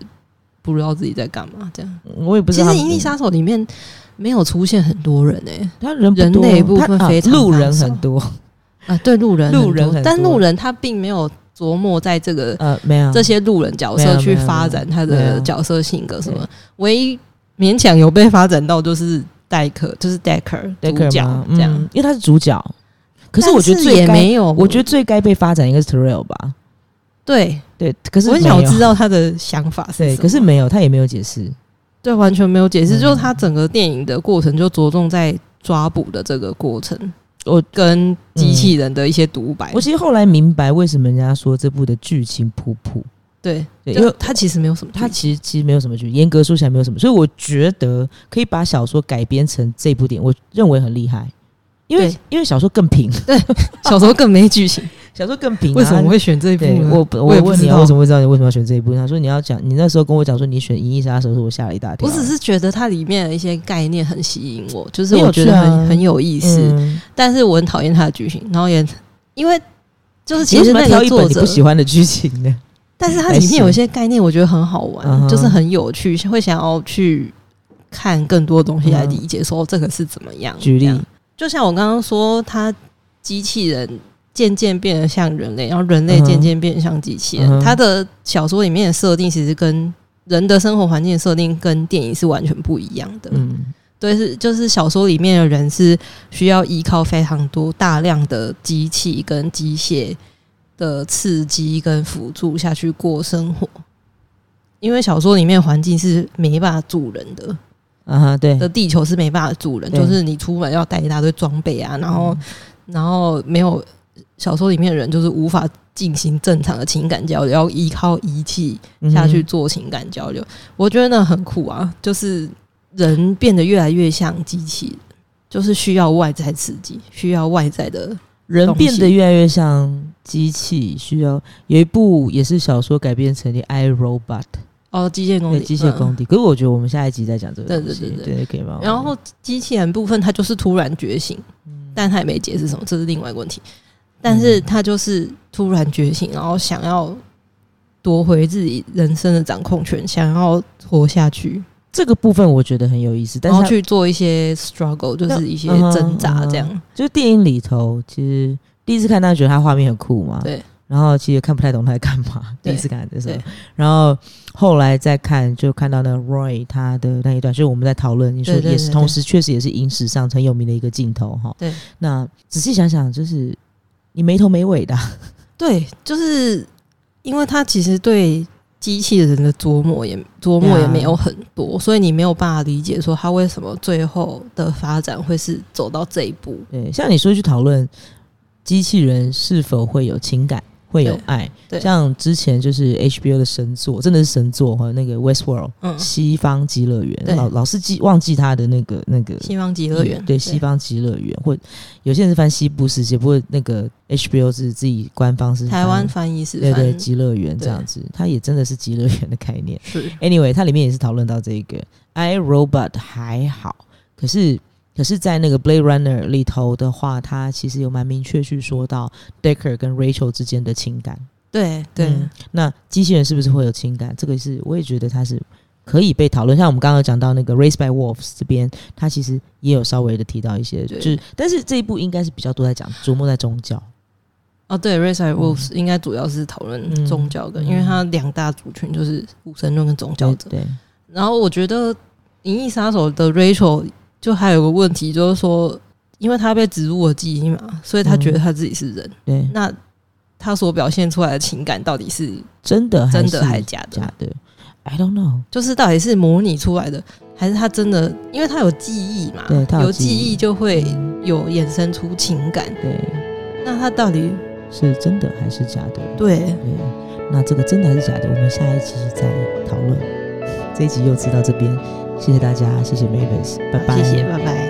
S2: 不知道自己在干嘛这样。
S1: 我也不知
S2: 其
S1: 道
S2: 实
S1: 他
S2: 《
S1: 们
S2: 银翼杀手》里面没有出现很多人欸诶、
S1: 他人不
S2: 人
S1: 多
S2: 类部
S1: 他
S2: 分
S1: 啊
S2: 非常
S1: 路
S2: 繁
S1: 人
S2: 少
S1: 很多，
S2: 啊，对路人很多
S1: 路人很
S2: 但
S1: 多
S2: 路人他并没有琢磨在这个
S1: 呃，没有
S2: 这些路人角
S1: 没
S2: 色
S1: 有
S2: 去发展他
S1: 没有没
S2: 的
S1: 有
S2: 角色性格什么，唯一勉强有被发展到就是戴克，就是 Decker 主
S1: Decker
S2: 角
S1: 吗
S2: 这样。
S1: 嗯因为他是主角。可是我觉得
S2: 但
S1: 最
S2: 也
S1: 该
S2: 没有，
S1: 我觉得最该被发展应该是 Terrell 吧？
S2: 对，
S1: 对，可是
S2: 我很
S1: 没
S2: 想
S1: 有
S2: 知道他的想法是
S1: 对，
S2: 什么
S1: 可是没有，他也没有解释。
S2: 对完全没有解释，
S1: 嗯
S2: 就是他整个电影的过程就着重在抓捕的这个过程，
S1: 我
S2: 跟机器人的一些独白，
S1: 我其实后来明白为什么人家说这部的剧情普普，
S2: 对，
S1: 对，因
S2: 就
S1: 为
S2: 他其实没有什么剧情，
S1: 它其实其实没有什么剧，严格说起来没有什么，所以我觉得可以把小说改编成这部电影，我认为很厉害，因为
S2: 对
S1: 因为小说更平，
S2: 小时候更没剧情，
S1: 小说更平、啊，
S2: 为什么会选这一部
S1: 对
S2: 呢？
S1: 我不，我
S2: 也不
S1: 问你
S2: 知
S1: 啊，
S2: 道
S1: 为什么会知道你为什么要选这一部？他说你要讲，你那时候跟我讲说你选《银翼杀手》，时候，我吓了一大跳。
S2: 我只是觉得它里面的一些概念很吸引我，就是
S1: 很有
S2: 我觉得很、
S1: 趣啊
S2: 很有意思，
S1: 嗯，
S2: 但是我很讨厌它的剧情，然后也因为就是
S1: 你
S2: 其
S1: 为
S2: 实
S1: 什么
S2: 那
S1: 要挑
S2: 个
S1: 一
S2: 作
S1: 本你
S2: 者，
S1: 不喜欢的剧情呢？
S2: 但是它里面有一些概念我觉得很好玩，啊
S1: 嗯哼
S2: 就是很有趣，会想要去看更多东西来理解说这个是怎么样。
S1: 嗯举例
S2: 这样，就像我刚刚说，它机器人。渐渐变得像人类，然后人类
S1: 嗯哼
S2: 渐渐变得像机器人。
S1: 嗯哼
S2: 它的小说里面的设定其实跟人的生活环境的设定跟电影是完全不一样的。
S1: 嗯
S2: 对，是就是小说里面的人是需要依靠非常多大量的机器跟机械的刺激跟辅助下去过生活，因为小说里面环境是没办法住人的，
S1: 啊哈，对，
S2: 的地球是没办法住人，
S1: 对嗯
S2: 就是你出门要带一大堆装备啊，然后然后没有小说里面的人就是无法进行正常的情感交流，要依靠仪器
S1: 嗯哼
S2: 下去做情感交流，我觉得那很酷啊！就是人变得越来越像机器，就是需要外在刺激，需要外在的。
S1: 人
S2: 东
S1: 变得
S2: 西
S1: 越来越像机器，需要有一部也是小说改编成的《I Robot》
S2: 哦，机械工
S1: 对
S2: 理，
S1: 机械工
S2: 嗯
S1: 地。可是我觉得我们下一集再讲这个
S2: 对
S1: 东
S2: 对
S1: 西，
S2: 对对
S1: 可以吗？
S2: 然后机器人部分，它就是突然觉醒，
S1: 嗯
S2: 但它也没解释什么，这是另外一个问题。但是它就是突然觉醒，然后想要夺回自己人生的掌控权，想要活下去，
S1: 这个部分我觉得很有意思，但
S2: 然
S1: 是它
S2: 后去做一些 struggle，就是一些
S1: 嗯哼
S2: 挣扎
S1: 嗯哼
S2: 这样。
S1: 就是电影里头，其实第一次看，大家觉得他画面很酷嘛，
S2: 对。
S1: 然后其实也看不太懂他在干嘛，第
S2: 对
S1: 一次看的时候
S2: 对。
S1: 然后后来再看，就看到那个 Roy 他的那一段，就是我们在讨论，你说
S2: 对对
S1: 也是，
S2: 对
S1: 同时确实也是影史上很有名的一个镜头哈。
S2: 对。
S1: 那仔细想想，就是你没头没尾的啊，
S2: 对，就是因为他其实对机器人的琢磨也琢磨也没有很多，所以你没有办法理解说他为什么最后的发展会是走到这一步。
S1: 对。像你说去讨论机器人是否会有情感，会有
S2: 对
S1: 爱，
S2: 对
S1: 像之前就是 HBO 的神作，真的是神作哈，那个 Westworld。
S2: 嗯，
S1: 西方极乐
S2: 对
S1: 园，老老是记忘记他的那个那个
S2: 西方极乐园
S1: 对西方极乐园，或有些人是翻西部世界，不过那个 HBO 是自己官方是
S2: 台湾
S1: 翻
S2: 翻译是
S1: 嗯对对
S2: 翻
S1: 极乐园
S2: 对
S1: 这样子，它也真的是极乐园的概念。
S2: 是
S1: Anyway，它里面也是讨论到这个 I Robot 还好，可是可是，在那个 Blade Runner 里头的话，它其实有蛮明确去说到 Decker 跟 Rachel 之间的情感。
S2: 对对
S1: 嗯那机器人是不是会有情感？这个是我也觉得它是可以被讨论。像我们刚刚有讲到那个《Race by Wolves》这边，它其实也有稍微的提到一些，
S2: 对
S1: 就是但是这一部应该是比较多在讲琢磨在宗教，
S2: 哦对 r a c e r Wolves 应该主要是讨论
S1: 嗯
S2: 宗教跟，
S1: 嗯
S2: 因为它两大族群就是无神论跟宗教者。
S1: 对，对
S2: 然后我觉得《银翼杀手》的 Rachel 就还有个问题，就是说，因为他被植入了记忆嘛，所以他觉得他自己是人。
S1: 对，
S2: 那他所表现出来的情感到底是
S1: 真的
S2: 真
S1: 是
S2: 的还假的？
S1: 假的？I don't know。
S2: 就是到底是模拟出来的，还是他真的？因为他有记忆嘛，
S1: 对他有
S2: 有
S1: 记忆
S2: 记忆就会有衍生出情感。
S1: 对，
S2: 那他到底
S1: 是真的还是假的？
S2: 对
S1: 对，那这个真的还是假的？我们下一集再讨论。这一集又知到这边，谢谢大家，谢谢 Mavis，拜拜，
S2: 谢谢，拜拜。